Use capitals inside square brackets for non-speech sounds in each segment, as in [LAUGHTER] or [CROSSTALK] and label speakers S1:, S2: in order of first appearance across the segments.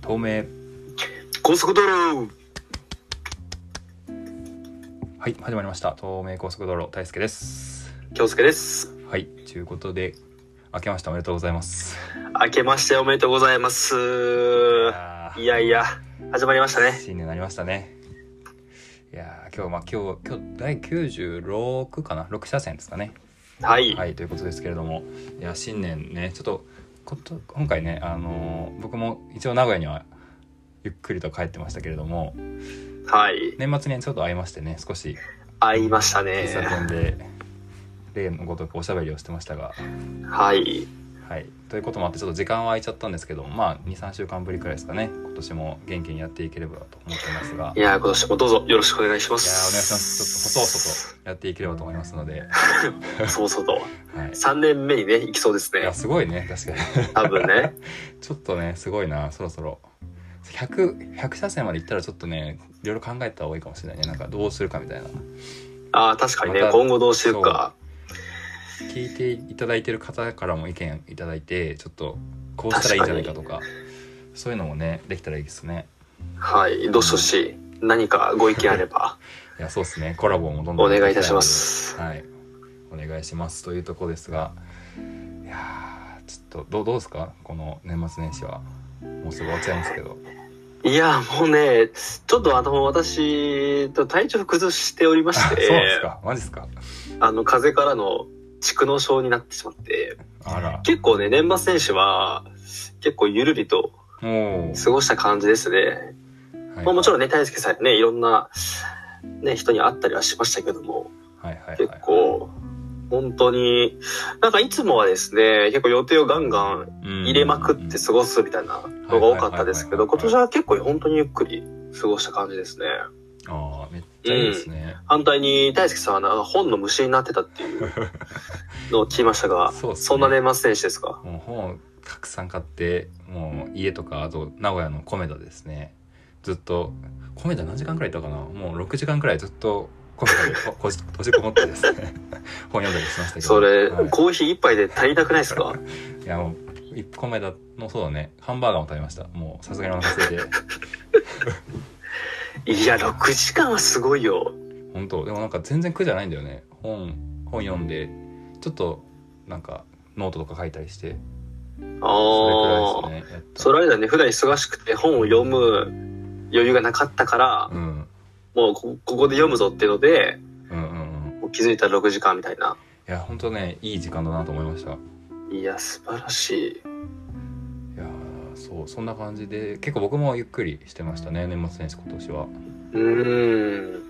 S1: 透明
S2: 高速道路
S1: はい始まりました透明高速道路大輔です
S2: 京介です
S1: はいということで明けましておめでとうございます
S2: 明けましておめでとうございます
S1: あー
S2: いやいや始まりましたね
S1: 新年になりましたねいやー今日まあ今日今日第96かな6車線ですかね
S2: はい、
S1: はいということですけれどもいや新年ねちょっとこと今回ねあのー僕も一応名古屋にはゆっくりと帰ってましたけれども
S2: はい、
S1: 年末にちょっと会いましてね少し
S2: 会いました
S1: 喫茶
S2: ね
S1: 店で例のごとくおしゃべりをしてましたが、
S2: はい
S1: はい、ということもあってちょっと時間は空いちゃったんですけどまあ23週間ぶりくらいですかね今年も元気にやっていければと思ってますが
S2: いや今年もどうぞよろしくお願いしま
S1: いやーお願いします
S2: す
S1: ちょっと細々とやっていければと思いますので、は
S2: そうそうと
S1: い、い
S2: 3年目にね行きそうですね
S1: やすごいね確かに
S2: 多分ね
S1: [LAUGHS] ちょっとねすごいなそろそろ 100, 100車線まで行ったらちょっとねいろいろ考えた方がいいかもしれないねなんかどうするかみたいな
S2: ああ確かにね、
S1: また
S2: 今後どうしてるか
S1: 聞いていただいてる方からも意見いただいてちょっとこうしたらいいんじゃないかとかそういうのもねできたらいいですね
S2: はいどしどし何かご意見あれば
S1: いやそうですねコラボもどんどん
S2: お願いいたします
S1: はいお願いしますというところですがいやーちょっとどうどうですかこの年末年始はもうすぐ終わっちゃいますけど
S2: [LAUGHS] いやもうねちょっとあの私体調崩しておりま
S1: あ
S2: し
S1: [LAUGHS] そう
S2: て
S1: ですかマジですか
S2: あの、風邪からの蓄膿症になってしまって、
S1: あら
S2: 結構ね、年末年始は、結構ゆるりと
S1: も
S2: 過ごした感じですね。
S1: う、はい
S2: まあもちろんね、大輔さんね、いろんな、ね、人に会ったりはしましたけども、
S1: はいはい
S2: 結
S1: はい
S2: 構、本当に、なんかいつもはですね、結構予定をガンガン入れまくって過ごすみたいなのが多かったです
S1: は
S2: けど、
S1: いはいはいはいはい
S2: 今年は結構本当にゆっくり過ごした感じですね。
S1: うんああめっちゃいいですね、
S2: 反対に大輔さんはなんか本の虫になってたっていうのを聞きました
S1: [LAUGHS]
S2: が、
S1: そうっすね
S2: そんな年末年始ですか
S1: もう本をたくさん買ってもう家とかあと名古屋の米田ですねずっと米田何時間くらいいたかなもう6時間くらいずっと米田でこ [LAUGHS] こじ閉じこもってですね本読んだりしましたけど
S2: それ、
S1: はい
S2: コーヒー一杯で足りなくないです
S1: [LAUGHS]
S2: か
S1: いやもう一米田のそうだねハンバーガーも食べましたもうさすがにお腹
S2: [LAUGHS]
S1: 空いて
S2: いや、6時間はすごいよ。
S1: 本当でもなんか全然苦じゃないんだよね本本読んでちょっとなんかノートとか書いたりして
S2: あ
S1: それく
S2: あ。
S1: らいですねやった
S2: それあれだね、普段忙しくて本を読む余裕がなかったから、
S1: うん
S2: もうこここで読むぞっていうので、
S1: うんうんうん
S2: もう気づいたら6時間みたいな。
S1: いや本当ねいい時間だなと思いました
S2: いや、素晴らしい。
S1: いやーそうそんな感じで結構僕もゆっくりしてましたね年末年始今年は
S2: うーん。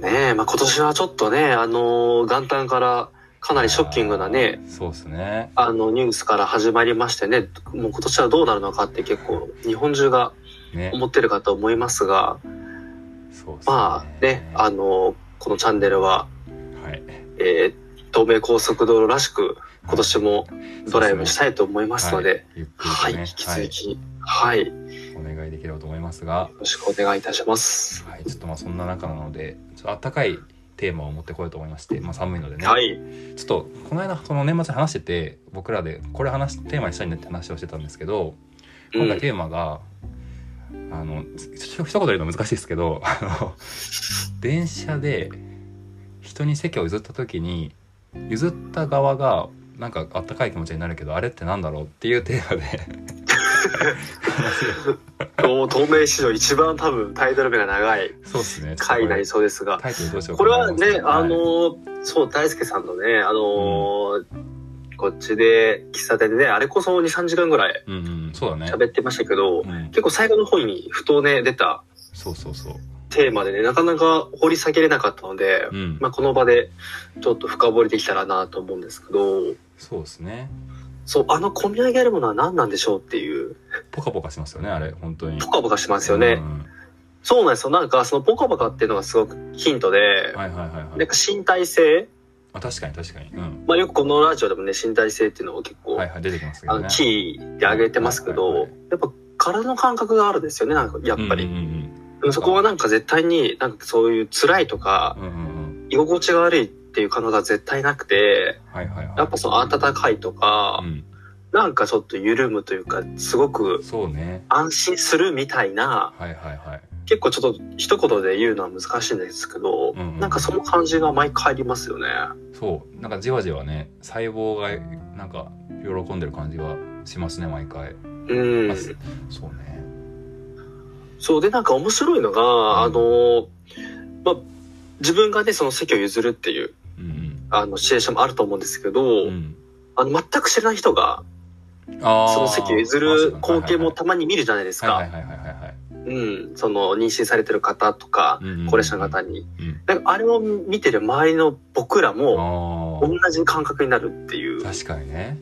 S2: ねえ、まあ、今年はちょっとね、あのー元旦からかなりショッキングなね、
S1: そうですね
S2: あの、ニュースから始まりましてね、もう今年はどうなるのかって結構、日本中が
S1: ね
S2: 思ってるかと思いますが、
S1: そうですね
S2: まあね、あの、このチャンネルは、
S1: はい
S2: えー東名高速道路らしく、今年もドライブしたいと思いますので、
S1: ゆっく
S2: はい、
S1: りとね、
S2: 引き続き、はい、よ
S1: はいお願いできればと思いますが、
S2: ろしくお願いいたします。
S1: はい、ちょっとまあそんな中なのでちょっとあったかいテーマを持ってこようと思いまして、まあ、寒いのでね、
S2: はい、
S1: ちょっとこの間その年末に話してて僕らでこれ話しテーマにしたいんだって話をしてたんですけど
S2: う
S1: 今回
S2: ん、
S1: テーマが、あのひ一言で言うの難しいですけど [LAUGHS] あの電車で人に席を譲った時に譲った側がなんかあったかい気持ちになるけどあれってなんだろうっていうテーマで話を
S2: もう東名史上一番多分タイトル名が長い
S1: そうですね
S2: 回になりそうですが、
S1: タイトルどうしよう
S2: こ
S1: か
S2: れ
S1: な
S2: はね、あ
S1: はい
S2: のー、そう、大輔さんのね、あのー、こっちで、喫茶店でね、あれこそ2、3時間ぐらい
S1: うんうんそうだね、
S2: 喋ってましたけど、
S1: うん、
S2: 結構最後の方にふとね、出た
S1: そうそうそう
S2: テーマでね、なかなか掘り下げれなかったので、
S1: うん、
S2: まあ、この場でちょっと深掘りできたらなと思うんですけど、
S1: そうですね
S2: そう、あの込み上げるものは何なんでしょうっていう、
S1: ポカポカしますよねあれ本当に
S2: ポカポカしますよね。
S1: うん
S2: そうなんですよ。なんか、そのポカポカっていうのがすごくヒントで、
S1: はいはいはいは
S2: なん
S1: い
S2: か身体性、
S1: あ確かに確かにうん
S2: まあ、よくこのラジオでもね、身体性っていうのを結構、
S1: はいはい出てきますけ
S2: あ
S1: ど
S2: の
S1: ね
S2: キーで上げてますけど、
S1: はいはいは
S2: やっぱ体の感覚があるんですよね、なんかやっぱり。
S1: うんうん
S2: そこはなんか絶対に、なんかそういう辛いとか、
S1: うんうんうんうん
S2: 居心地が悪いっていう感覚が絶対なくて、
S1: はいはいはい
S2: やっぱその温かいとか
S1: う、ん
S2: なんかちょっと緩むというか、すごく
S1: そうね
S2: 安心するみたいな、
S1: はいはいはい
S2: 結構ちょっと一言で言うのは難しいんですけど、
S1: うんうん
S2: なんかその感じが毎回ありますよね。
S1: そうなんかじわじわね細胞がなんか喜んでる感じがしますね毎回、
S2: うん
S1: まあ。そうね
S2: そうでなんか面白いのが、あの、まあ、自分がね、その席を譲るっていう、
S1: うん
S2: あの、シチュエーションもあると思うんですけ
S1: う
S2: ど、
S1: んうん
S2: あの、全く知らない人が、
S1: あー
S2: その席を譲る光景もたまに見るじゃないです
S1: はいは
S2: か
S1: い。はいはいはいはい
S2: うん。その、妊娠されてる方とか、
S1: うんうん
S2: 高齢者の方に
S1: うん。
S2: なんかあれを見てる周りの僕らも、
S1: あ
S2: 同じ感覚になるっていう
S1: あ。確かにね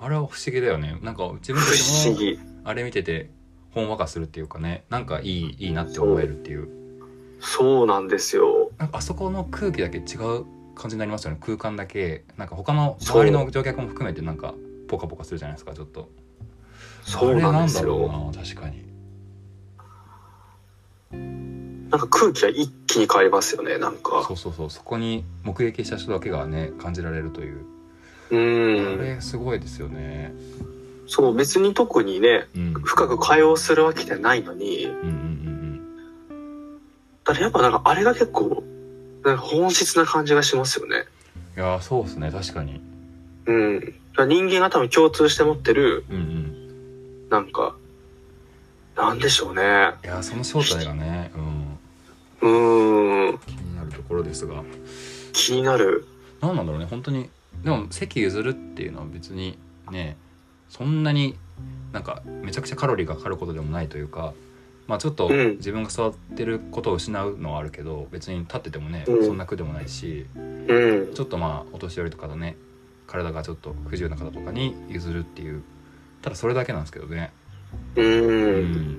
S1: あれは不思議だよねなんか自分
S2: 不思
S1: たちも
S2: 議。
S1: あれ見ててほんわかするっていうかねなんかいいいいなって思えるっていう
S2: そうなんですよ。
S1: なんかあそこの空気だけ違う感じになりますよね空間だけなんか他の周りの乗客も含めてなんかポカポカするじゃないですかちょっと
S2: そうなんです
S1: あれ
S2: よ。
S1: なんだろうな確かに
S2: なんか空気が一気に変わりますよね、なんか
S1: そ。うそうそうそこに目撃した人だけがね感じられるという、
S2: う
S1: あ
S2: ん。
S1: れすごいですよね、
S2: そう、別に特にね、
S1: うん、
S2: 深く会話をするわけじゃないのに、
S1: うんうんうん
S2: だからやっぱなんかあれが結構、なんか本質な感じがしますよね。
S1: うんいやーそうですね確かに
S2: うん。だから人間が多分共通して持ってる、
S1: うんうん
S2: なんか、なんでしょうね。
S1: いやーその正体がね、うん、
S2: うーん。
S1: 気になるところですが
S2: 気になる。
S1: 何なんだろうね本当にでも席譲るっていうのは別にねそんなになんかめちゃくちゃカロリーがかかることでもないというかまあちょっと
S2: うん
S1: 自分が座ってることを失うのはあるけど別に立っててもね、
S2: うん
S1: そんな苦でもないし
S2: うん。
S1: ちょっとまあお年寄りとかだね体がちょっと不自由な方とかに譲るっていうただそれだけなんですけどね
S2: う。
S1: うんん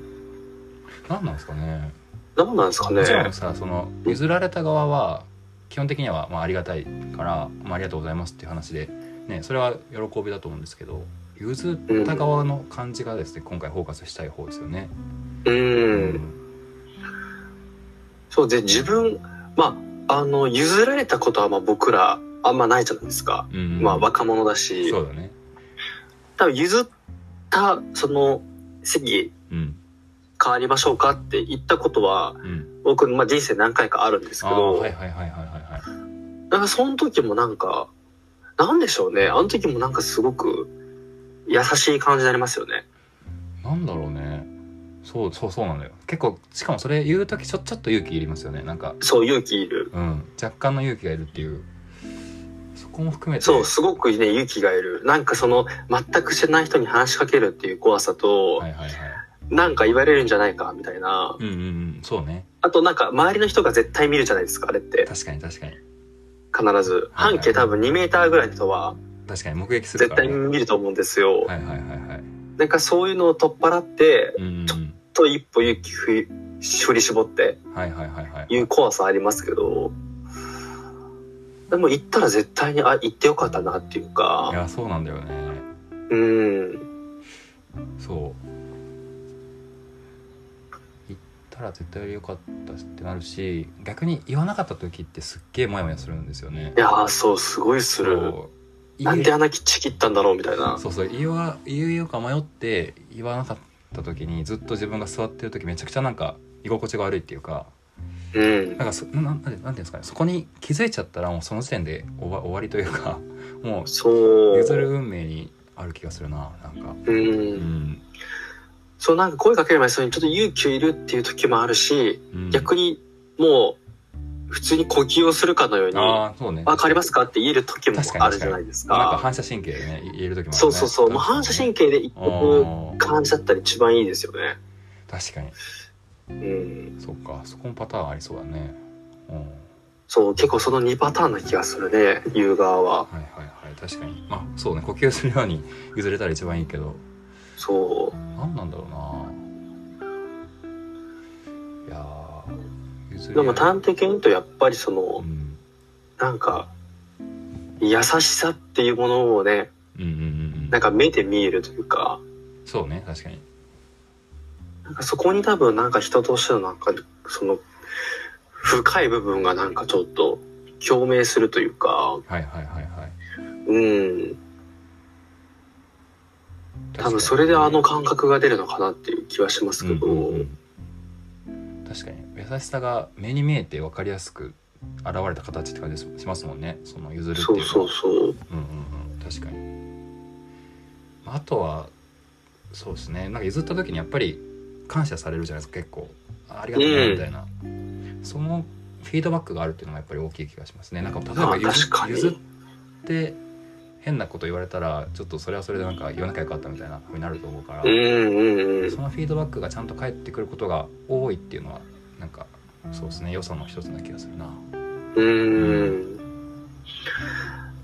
S1: 何なんですかね
S2: 何なんですか
S1: もちろ
S2: ね
S1: ん。さその譲られた側は基本的にはまあありがたいから、まあ、ありがとうございますっていう話で、ね、それは喜びだと思うんですけど譲った側の感じがですね今回フォーカスしたい方ですよね。
S2: うん。そうで自分まああの譲られたことはまあ僕らあんまないじゃないですか、
S1: うん
S2: まあ若者だし
S1: そうだね、
S2: 多分譲ったその席
S1: うん
S2: 変わりましょうかって言ったことは
S1: うん、
S2: 僕、まあ、人生何回かあるんですけ
S1: ああ
S2: ど、
S1: はいはいはいはいはいはい。
S2: なんかその時もなんかなんでしょうねあの時もなんかすごく優しい感じになりますよね
S1: なんだろうねそうそうそうなんだよ結構しかもそれ言う時ちょちょっと勇気いりますよねなんか、
S2: そう勇気いる
S1: うん、若干の勇気がいるっていうそこも含めて
S2: そうすごくね勇気がいるなんかその全く知らない人に話しかけるっていう怖さと、
S1: はいはいはい
S2: なんか言われるんじゃないかみたいな
S1: うんうんうんそうね
S2: あとなんか周りの人が絶対見るじゃないですか、あれって。
S1: 確かに確かに
S2: 必ず。
S1: はい
S2: 半径多分2メーターぐらいの人は
S1: 確かに目撃する
S2: 絶
S1: から、
S2: 対
S1: ね、
S2: 見ると思うんですよ。
S1: はいはいはいはい
S2: なんかそういうのを取っ払って、
S1: うんうん
S2: と一歩勇気振り振り絞って
S1: うんはいはいはいはい
S2: いう怖さありますけど、でも行ったら絶対に、あ、行ってよかったなっていう
S1: い
S2: か、
S1: やそうなんだよね
S2: うん。
S1: そう言ったら絶対より良かったしってなるし逆に言わなかった時ってすっげえモヤモヤするんですよね
S2: いやー、そう、すごいする。
S1: そう
S2: なんであんなきちぎったんだろうみたいな。
S1: そうそう言わ言うか迷って言わなかった時にずっと自分が座ってる時めちゃくちゃなんか居心地が悪いっていうか
S2: うん。
S1: なんかそななんなんていうんですかねそこに気づいちゃったらもうその時点で終わ終わりというかも
S2: そう
S1: 譲る
S2: う。
S1: 運命にある気がするななんか、
S2: う。
S1: うんん
S2: そう、なんか声かける前にそういうちょっと勇気いるっていう時もあるし、
S1: うん、
S2: 逆にもう普通に呼吸をするかのように「あ
S1: ああそうね
S2: 変わりますか?」って言える時も
S1: 確かに
S2: あるじゃないですか
S1: なんか反射神経でね言える時もある、ね、
S2: そうそうそうもう反射神経で一刻
S1: あー
S2: 感じだったら一番いいですよね
S1: 確かに
S2: うん
S1: そうかそこもパターンありそうだねうん
S2: そう結構その2パターンな気がするね言う側は
S1: はいはいはい確かにまあそうね呼吸するように譲れたら一番いいけど
S2: そ
S1: 何なんだろうないやー譲り
S2: うで
S1: 合い
S2: も端的に言うとやっぱりそうの
S1: ん
S2: なんか優しさっていうものをね
S1: うんうんうんう
S2: な
S1: ん
S2: んか目で見えるというか
S1: そうね確かに
S2: なんかそこに多分なんか人としてのなんかその深い部分がなんかちょっと共鳴するというか
S1: はいはいはいはい
S2: うん多分それであの感覚が出るのかなっていう気はしますけど、
S1: 確かに優しさが目に見えて分かりやすく現れた形って感じしますもんねその譲るって
S2: そ
S1: いう
S2: う
S1: か
S2: そうそう
S1: うんうんうん確かにあとはそうですねなんか譲った時にやっぱり感謝されるじゃないですか結構あありがとうねみたいな、そのフィードバックがあるっていうのがやっぱり大きい気がしますねなんか例えば
S2: あ
S1: 譲
S2: 確かに
S1: 譲って変なこと言われたらちょっとそれはそれでなんか言わなきゃよかったみたいな風になると思うから、
S2: うんうんうん
S1: そのフィードバックがちゃんと返ってくることが多いっていうのはなんかそうですね良さの一つな気がするな
S2: うーん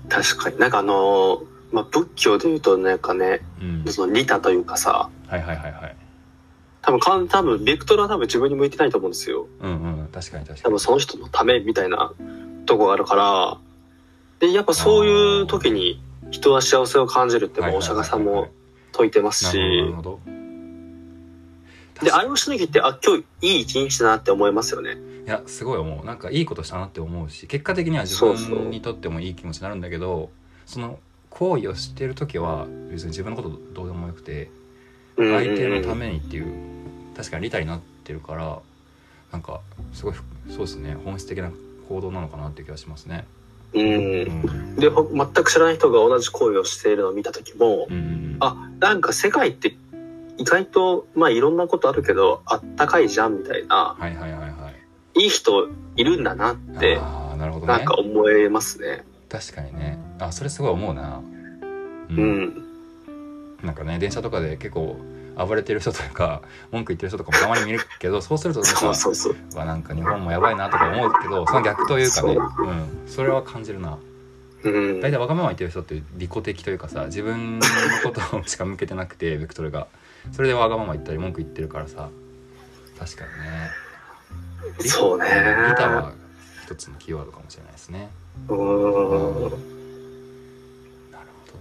S2: 確かになんかあのーまあ、仏教で言うとなんかね
S1: うん
S2: その利他というかさ
S1: はいはいはいはい
S2: 多分かん多分ベクトルは多分自分に向いてないと思うんですよ
S1: うんうん確かに確か
S2: 多
S1: に
S2: 分その人のためみたいなとこがあるからでやっぱそういう時に人は幸せを感じるってもうお釈迦さんも説いてます
S1: な
S2: し
S1: るほどなるほど
S2: で
S1: 確か
S2: あれをしなきゃってあ今日いい一日だなって思いますよね
S1: いやすごい思うなんかいいことしたなって思うし結果的には自
S2: そうそう
S1: 分にとってもいい気持ちになるんだけどその行為をしてる時は別に自分のことどうでもよくて
S2: うん
S1: 相手のためにっていう確かに利他になってるからなんかすごいそうですね本質的な行動なのかなっていう気がしますね。
S2: うん
S1: うん
S2: でほ全く知らない人が同じ行為をしているのを見た時も
S1: うんうん
S2: あなんか世界って意外とまあいろんなことあるけどあったかいじゃんみたいな
S1: はいはいはいはい。
S2: いい人いるんだなって
S1: ああなるほど
S2: なん
S1: ね
S2: か。思えますね
S1: 確かにね。あそれすごい思うな。う
S2: うん
S1: なんかね電車とかで結構暴れてる人というか [LAUGHS] 文句言ってる人とかもたまに見るけどそうするとなん
S2: そう
S1: か
S2: そうそう
S1: わなんか日本もやばいなとか思うけどその逆というかね、
S2: そう
S1: ん、それは感じるな
S2: うん
S1: 大体わがまま言ってる人って利己的というか
S2: [LAUGHS]
S1: さ自分のことしか向けてなくてベクトルがそれでわがまま言ったり文句言ってるからさ確かにね利
S2: [LAUGHS] そうね
S1: 利他は一つのキーワードかもしれないですね
S2: う
S1: うん
S2: ん
S1: なるほ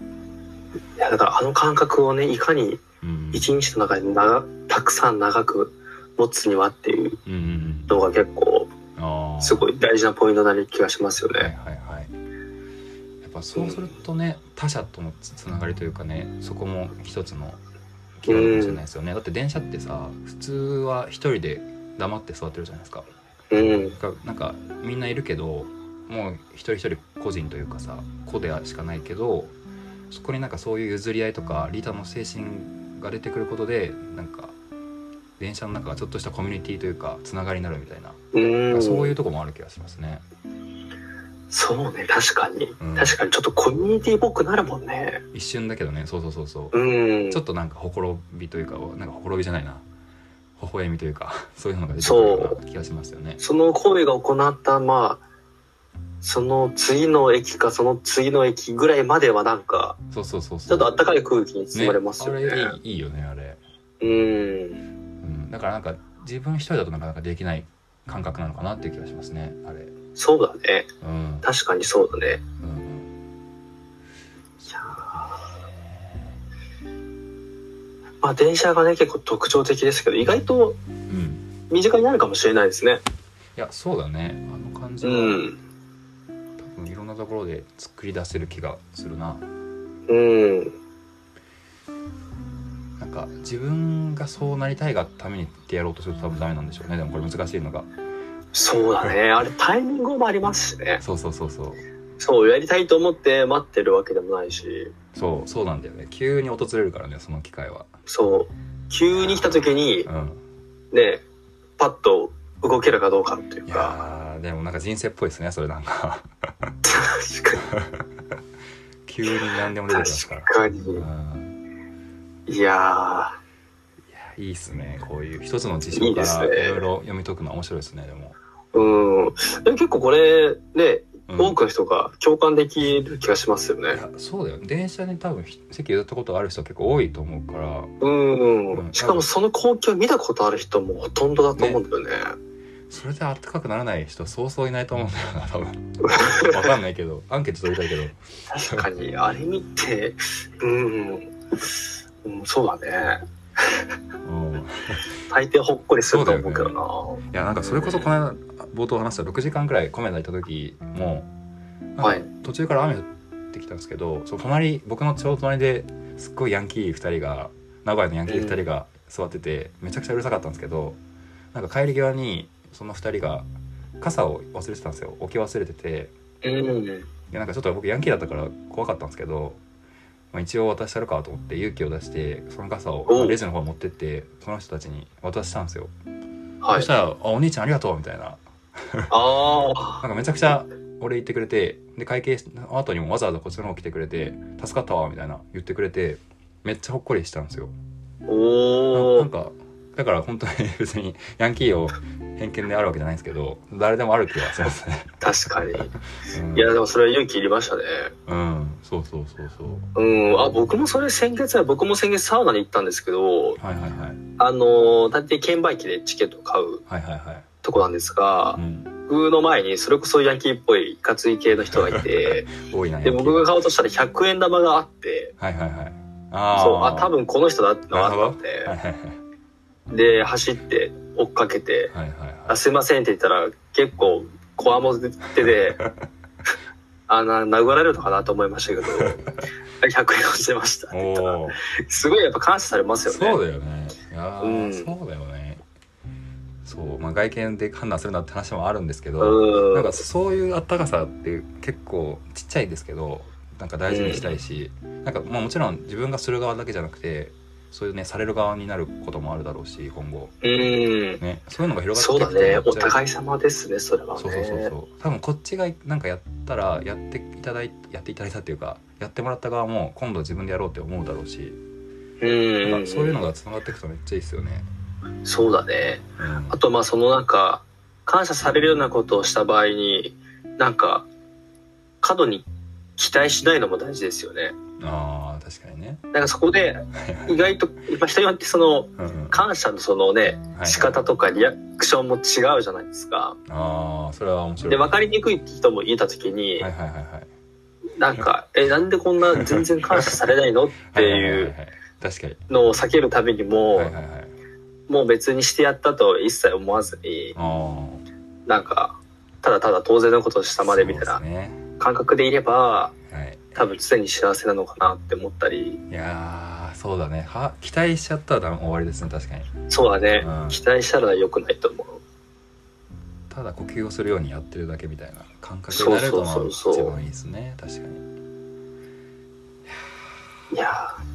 S1: どない
S2: やだからあの感覚をねいかに
S1: うん
S2: 一日の中に長たくさん長く持つにはっていう
S1: うんうん
S2: のが結構
S1: うんあー
S2: すごい大事なポイントになる気がしますよ
S1: はい
S2: ね。
S1: はいはいやっぱそうするとね、他者とのつつながりというかねそこも一つの気分かもしれないですよね、だって電車ってさ普通は一人で黙って座ってるじゃないですか
S2: うん
S1: だからなんかみんないるけどもう一人一人個人というかさ個でしかないけどそこになんかそういう譲り合いとかリタの精神が出てくることでなんか電車の中がちょっとしたコミュニティというかつながりになるみたいな、
S2: うん
S1: そういうとこもある気がしますね。
S2: そうね確かに、
S1: うん
S2: 確かにちょっとコミュニティっぽくなるもんね
S1: 一瞬だけどねそうそうそうそう、
S2: うん
S1: ちょっとなんかほころびというかなんかほころびじゃないな微笑みというか [LAUGHS] そういうのが出てくるような気がしますよね
S2: その行為が行ったまあその次の駅かその次の駅ぐらいまではなんか
S1: そうそうそう
S2: ち
S1: そ
S2: ょ
S1: う
S2: っと暖かい空気に包まれますよね
S1: ねあれいいいいよねあれ、
S2: うん
S1: うん、だからなんか自分一人だとなかなかできない感覚なのかなっていう気がしますねあれ
S2: そうだね
S1: うん
S2: 確かにそうだね
S1: うんうんそうだね
S2: まあ電車がね結構特徴的ですけど意外と
S1: うん
S2: 身近になるかもしれないですね
S1: いやそうだねあの感じ
S2: う
S1: は、
S2: ん
S1: 多分いろんなところで作り出せる気がするな
S2: うん
S1: なんか自分がそうなりたいがためにってやろうとすると多分ダメなんでしょうねでもこれ難しいのが
S2: そうだねあれタイミングもありますしね
S1: そうそうそうそう
S2: そうやりたいと思って待ってるわけでもないし
S1: そうそうなんだよね急に訪れるからねその機会は
S2: そう急に来た時に
S1: うん
S2: ねパッと動けるかどうかっていう
S1: い
S2: か
S1: やーでもなんか人生っぽいですねそれ
S2: [LAUGHS]
S1: なんか
S2: 確かに
S1: 急に何でも出てきますから
S2: 確か
S1: う
S2: に
S1: ん
S2: いや
S1: いやいいっすねこういう一つの事象
S2: いい
S1: か
S2: です
S1: ら
S2: ね
S1: いろいろ読み解くのは面白いですねでも、
S2: ーうんでも結構これね、
S1: うん、
S2: 多くの人が共感できる気がしますよ
S1: い
S2: ね
S1: やそうだよ電車に多分ひ席譲ったことある人結構多いと思うから
S2: うん、
S1: うん
S2: しかもその光景を見たことある人もほとんどだと思うんだよね
S1: それであったかくならない人そうそういないと思うんだよな多分
S2: [LAUGHS]
S1: わかんないけどアンケート取りたいけど
S2: 確かにあれ見てうん、うん、そうだね
S1: うん
S2: 大抵ほっこりすると思うけど
S1: いやなんかそれこそこの間冒頭話した6時間くらい米田行った時もなんか
S2: はい
S1: 途中から雨降ってきたんですけど、そう隣僕のちょうど隣ですっごいヤンキー2人が名古屋のヤンキー2人が座ってて、めちゃくちゃうるさかったんですけどなんか帰り際にその2人が傘を忘れてたんですよ置き忘れてて
S2: うん。
S1: でなんかちょっと僕ヤンキーだったから怖かったんですけど、まあ、一応渡したるかと思って勇気を出してその傘
S2: お
S1: を
S2: う
S1: レジの方持ってってその人たちに渡したんですよ、
S2: は
S1: そ
S2: い
S1: し。たら「あお兄ちゃんありがとう」みたいなな
S2: ああ。
S1: んかめちゃくちゃ俺言ってくれてで会計の後にもわざわざこっちの方来てくれて「助かったわ」みたいな言ってくれてめっちゃほっこりしたんですよな
S2: お
S1: なん
S2: ー。
S1: かだから本当に [LAUGHS] 別にヤンキーを偏見であるわけじゃないんですけど誰でもある気がしますね、
S2: 確かに。
S1: うん、
S2: いや、でもそれは勇気いりましたね。
S1: うんそうそうそうそう
S2: うん。あ、僕もそれ先月は、僕も先月サウナに行ったんですけど、
S1: はいはいはい
S2: あのー、大抵券売機でチケット買う
S1: はいはいはい
S2: とこなんですが
S1: う、ん
S2: 僕の前にそれこそヤンキーっぽいいかつい系の人がいて、
S1: 多いなヤンキ
S2: で、
S1: ー
S2: 僕が買おうとしたら100円玉があって、
S1: はいはいはいあー
S2: そう、あ、多分この人だってのがあっ
S1: はい
S2: て、
S1: はい
S2: で、走って追っかけて、
S1: はいはいはい
S2: あすいませんって言ったら結構こわもてで [LAUGHS] あな殴られるのかなと思いましたけど100円落 [LAUGHS] ちてましたって言ったら
S1: おー
S2: すごいやっぱ感謝されますよね
S1: そうだよねいやー、
S2: うん
S1: そうだよねそう、まあ、外見で判断するなって話もあるんですけど、
S2: う
S1: なん
S2: ん
S1: かそういうあったかさって結構ちっちゃいですけどなんか大事にしたいし、なんかまあもちろん自分がする側だけじゃなくてそういうねされる側になることもあるだろうし今後、
S2: うん
S1: ね、そういうのが広
S2: そう
S1: が
S2: だ
S1: ってい
S2: ね
S1: くと
S2: お互い様ですねそれはね
S1: そうそうそうそう多分こっちがなんかやったらやっていただいやっていただいたっていうかやってもらった側も今度自分でやろうって思うだろうし、
S2: うん
S1: なんかそういうのがつながっていくとめっちゃいいですよね。
S2: そうだね
S1: うん
S2: あとまあそのなんか感謝されるようなことをした場合になんか過度に期待しないのも大事ですよね
S1: あー確かにね、
S2: なんかそこで意外とまあ人によってその
S1: うんうん
S2: 感謝のそのね
S1: はい
S2: 仕方とかリアクションも違うじゃないですか。
S1: ああそれは面白い
S2: で分かりにくいって人もいた時に
S1: はいはいはいはい
S2: なんか「えなんでこんな全然感謝されないの?」って
S1: [LAUGHS]
S2: い
S1: はは
S2: う
S1: はは確かに
S2: のを避けるために
S1: はい
S2: も
S1: はいはい
S2: もう別にしてやったとは一切思わずに
S1: あ
S2: なんかただただ当然のことをし
S1: あ
S2: たまでみたいな
S1: ね
S2: 感覚でいれば
S1: はい
S2: 多分常に幸せなのかなって思ったり
S1: いやーそうだねは期待しちゃったらダメ終わりですね確かに
S2: そうだね
S1: うん
S2: 期待したら良くないと思う。
S1: ただ呼吸をするようにやってるだけみたいな感覚になるとまあ
S2: そうそうそうそう
S1: 一番いいですね確かに
S2: いや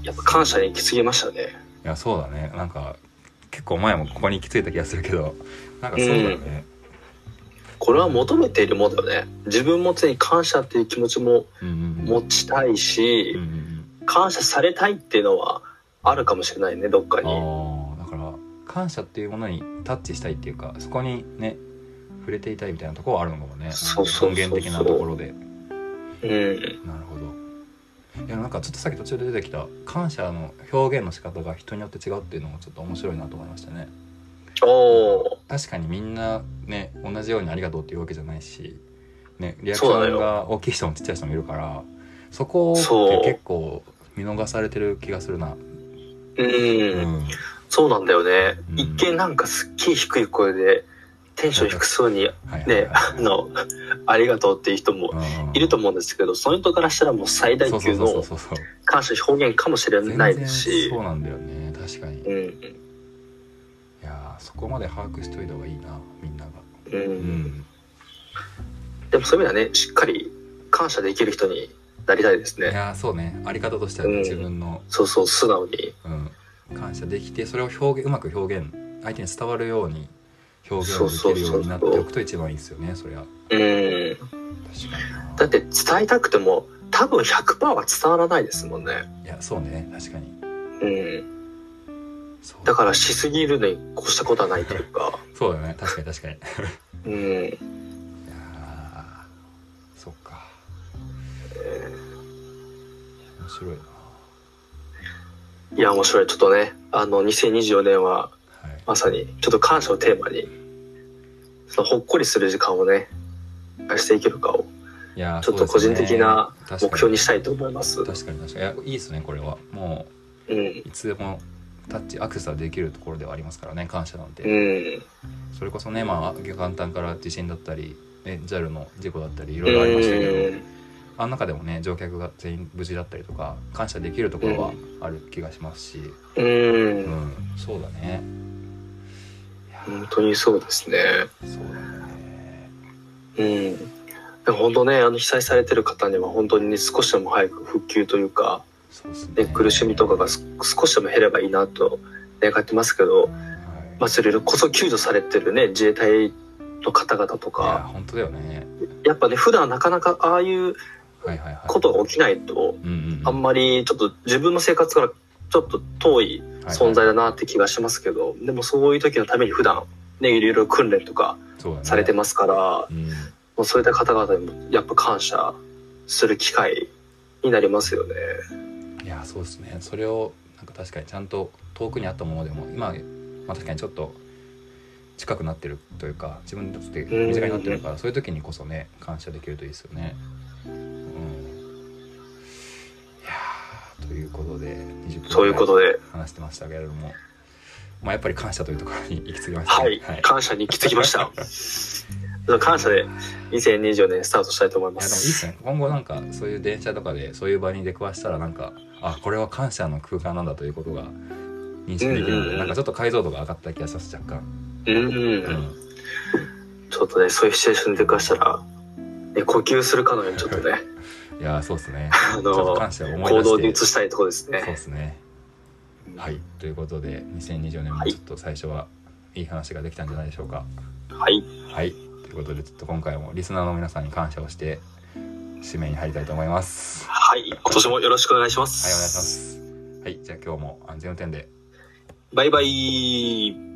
S2: ーやっぱ感謝に行き過ぎましたね。
S1: いやそうだねなんか結構前もここに行き着いた気がするけどなんかそうだね、
S2: これは求めているもんだよね。自分も常に感謝っていう気持ちも
S1: うん、うんうん
S2: 持ちたい
S1: うんう
S2: し、
S1: ん
S2: 感謝されたいっていうのはあるかもしれないね、どっか
S1: うん、
S2: に。
S1: ああだから感謝っていうものにタッチしたいっていうかそこにね触れていたいみたいなところはあるのかもね
S2: そうそうそうそう
S1: 根源的なところで
S2: うん。
S1: なるほどいやなんかちょっとさっき途中で出てきた感謝の表現の仕方が人によって違うっていうのもちょっと面白いなと思いましたね
S2: おー
S1: 確かにみんなね同じようにありがとうっていうわけじゃないし、ね、リアクシ
S2: そうだ
S1: ョン
S2: よ
S1: が大きい人もちっちゃい人もいるからそこって
S2: そう
S1: 結構見逃されてる気がするなう
S2: うん。
S1: ん
S2: そうなんだよね。
S1: うん
S2: 一見なんかすっげえ低い声で、テンション低そうに、
S1: はいはい
S2: ね、
S1: は
S2: あ
S1: い
S2: の、 [LAUGHS] ありがとうっていう人も
S1: うん
S2: いると思うんですけど、その人からしたらもう最大
S1: そうそ
S2: 級
S1: うそう
S2: の
S1: そうそう
S2: 感謝表現かもしれ
S1: 全
S2: ないで
S1: 然
S2: すし
S1: そ、うなんだよね確かに
S2: う
S1: い
S2: ん。
S1: やーそこまで把握しといた方がいいなみんなが
S2: う。
S1: うんん
S2: でもそういう意味ではね、しっかり感謝できる人になりたいです
S1: い
S2: ね。
S1: やーそうねあり方としてはね
S2: うん
S1: 自分の
S2: そうそう、素直に。
S1: うん、感謝できてそれを表現うまく表現相手に伝わるように表現をできるようになっておくと一番いいですよねそりゃ
S2: うん。
S1: 確かにな
S2: だって伝えたくても多分100%は伝わらないですもんね。
S1: いやそうね確かに
S2: うん。
S1: そう
S2: だからしすぎるのに越したことはないというか。
S1: そうだよね確かに確かにい
S2: うん。
S1: やーそっか面白いない
S2: や、面白い。ちょっとね、あの、2024年は
S1: はい
S2: まさにちょっと感謝をテーマに、そのほっこりする時間をね、していけるかを
S1: いやー
S2: ちょっと
S1: そうですね
S2: 個人的な
S1: 確かに
S2: 目標にしたいと思います。
S1: 確かに確かにいやいいですねこれはも
S2: うん。
S1: ういつでもタッチアクセスはできるところではありますからね感謝なんて、
S2: うん。
S1: それこそね、まあ、元旦から地震だったり、ね、JAL の事故だったりいろいろありましたけど、
S2: うん。
S1: あの中でもね乗客が全員無事だったりとか感謝できるところはある気がしますし、
S2: う
S1: うん
S2: ん。
S1: そうだねいや
S2: 本当にそうですね。
S1: そうだね
S2: うん。でも本当ね、あの被災されてる方には本当に、ね、少しでも早く復旧というか、
S1: そうっすね
S2: ね、苦しみとかがす少しでも減ればいいなと願ってますけど、
S1: はい
S2: まあ、それこそ救助されてるね、自衛隊の方々
S1: い
S2: と
S1: や
S2: か、
S1: 本当だよね
S2: やっぱね、普段なかなかああいう
S1: はいはいはい
S2: ことが起きないと、
S1: うんうんうん
S2: あんまりちょっと自分の生活からちょっと遠い存在だなって気がしますけど、でもそういう時のために普段ね、いろいろ訓練とか
S1: そうだね
S2: されてますから、
S1: うん
S2: もうそういった方々にもやっぱ感謝する機会になりますよね。
S1: いやそうですねそれをなんか確かにちゃんと遠くにあったものでも今、まあ、確かにちょっと近くなってるというか自分にとって身近になってるからそういう時にこそね感謝できるといいですよね。うん、いやーということで20分
S2: そういうことで、
S1: 話してましたけれども、まあ、やっぱり感謝というところに行き過ぎましたね、
S2: はい、
S1: はい、いや
S2: 感謝に行き着きました。感謝で2024年スタートしたいと思い
S1: でもいい
S2: ま
S1: っ
S2: す。
S1: すね今後なんかそういう電車とかでそういう場に出くわしたらなんかあこれは感謝の空間なんだということが認識できるので、
S2: うんうんうん
S1: なんかちょっと解像度が上がった気がします若干、
S2: うん、
S1: う
S2: うん、
S1: ん
S2: ちょっとね、そういうシチュエーションで出くわしたら、ね、呼吸するかのようにちょっとね、
S1: いやーそうですね
S2: あ
S1: ちょっと
S2: の、
S1: 感謝を思い
S2: 行
S1: 出
S2: 動に移
S1: して
S2: したいところです
S1: そうで
S2: ね。
S1: すねはいということで2024年もちょっと最初はいい話ができたんじゃないでしょうか
S2: はい。
S1: はいということでちょっと今回もリスナーの皆さんに感謝をして締めに入りたいと思いますはい
S2: はい。今年もよろしくお願いします。
S1: お願いしますはいじゃあ今日も安全運転で
S2: バイバイ。